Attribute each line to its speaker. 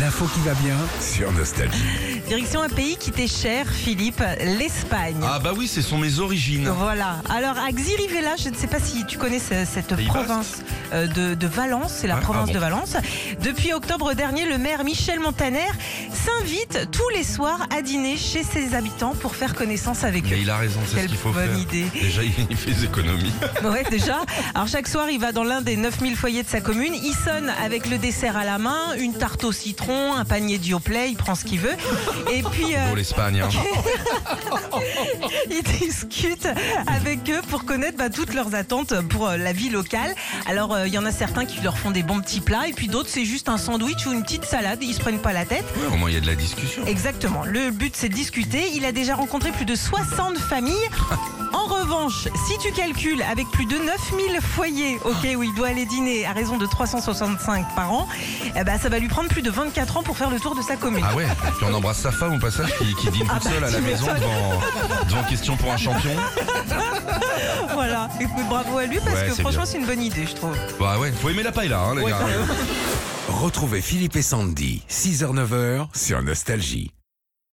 Speaker 1: L'info qui va bien.
Speaker 2: sur Nostalgie.
Speaker 3: Direction un pays qui t'est cher, Philippe, l'Espagne.
Speaker 4: Ah bah oui, ce sont mes origines.
Speaker 3: Voilà. Alors à Xirivella, je ne sais pas si tu connais ce- cette
Speaker 4: Pays basque
Speaker 3: province euh, de, de Valence, c'est la
Speaker 4: Ah,
Speaker 3: province
Speaker 4: ah bon.
Speaker 3: de Valence. Depuis octobre dernier, le maire Michel Montaner s'invite tous les soirs à dîner chez ses habitants pour faire connaissance avec
Speaker 4: Mais
Speaker 3: eux.
Speaker 4: il a raison, c'est ce
Speaker 3: Quelle
Speaker 4: qu'il faut
Speaker 3: bonne
Speaker 4: faire.
Speaker 3: idée.
Speaker 4: Déjà, il fait des économies.
Speaker 3: Ouais, déjà. Alors chaque soir, il va dans l'un des 9000 foyers de sa commune. Il sonne avec le dessert à la main, une tarte au citron, un panier Dioplay, il prend ce qu'il veut. Et puis, euh,
Speaker 4: Pour l'Espagne. hein.
Speaker 3: il discute avec eux pour connaître bah, toutes leurs attentes pour euh, la vie locale. Alors, euh, il y en a certains qui leur font des bons petits plats, et puis d'autres, c'est juste un sandwich ou une petite salade. Ils se prennent pas la tête.
Speaker 4: Ouais, au moins, il y a de la discussion.
Speaker 3: Exactement. Le but, c'est de discuter. Il a déjà rencontré plus de 60 familles. En revanche, si tu calcules avec plus de 9000 foyers, ok, où il doit aller dîner à raison de 365 par an, eh ben, ça va lui prendre plus de 24 ans pour faire le tour de sa commune.
Speaker 4: Ah ouais, et puis on embrasse sa femme au passage qui, qui dîne
Speaker 3: Ah bah,
Speaker 4: toute seule à la maison devant, devant Question pour un champion.
Speaker 3: Voilà. Écoute, bravo à lui parce
Speaker 4: Ouais,
Speaker 3: que
Speaker 4: c'est
Speaker 3: franchement,
Speaker 4: bien.
Speaker 3: c'est une bonne idée, je trouve.
Speaker 4: Bah ouais, faut aimer la paille là, hein, les gars.
Speaker 2: Retrouvez Philippe et Sandy, 6h-9h sur Nostalgie.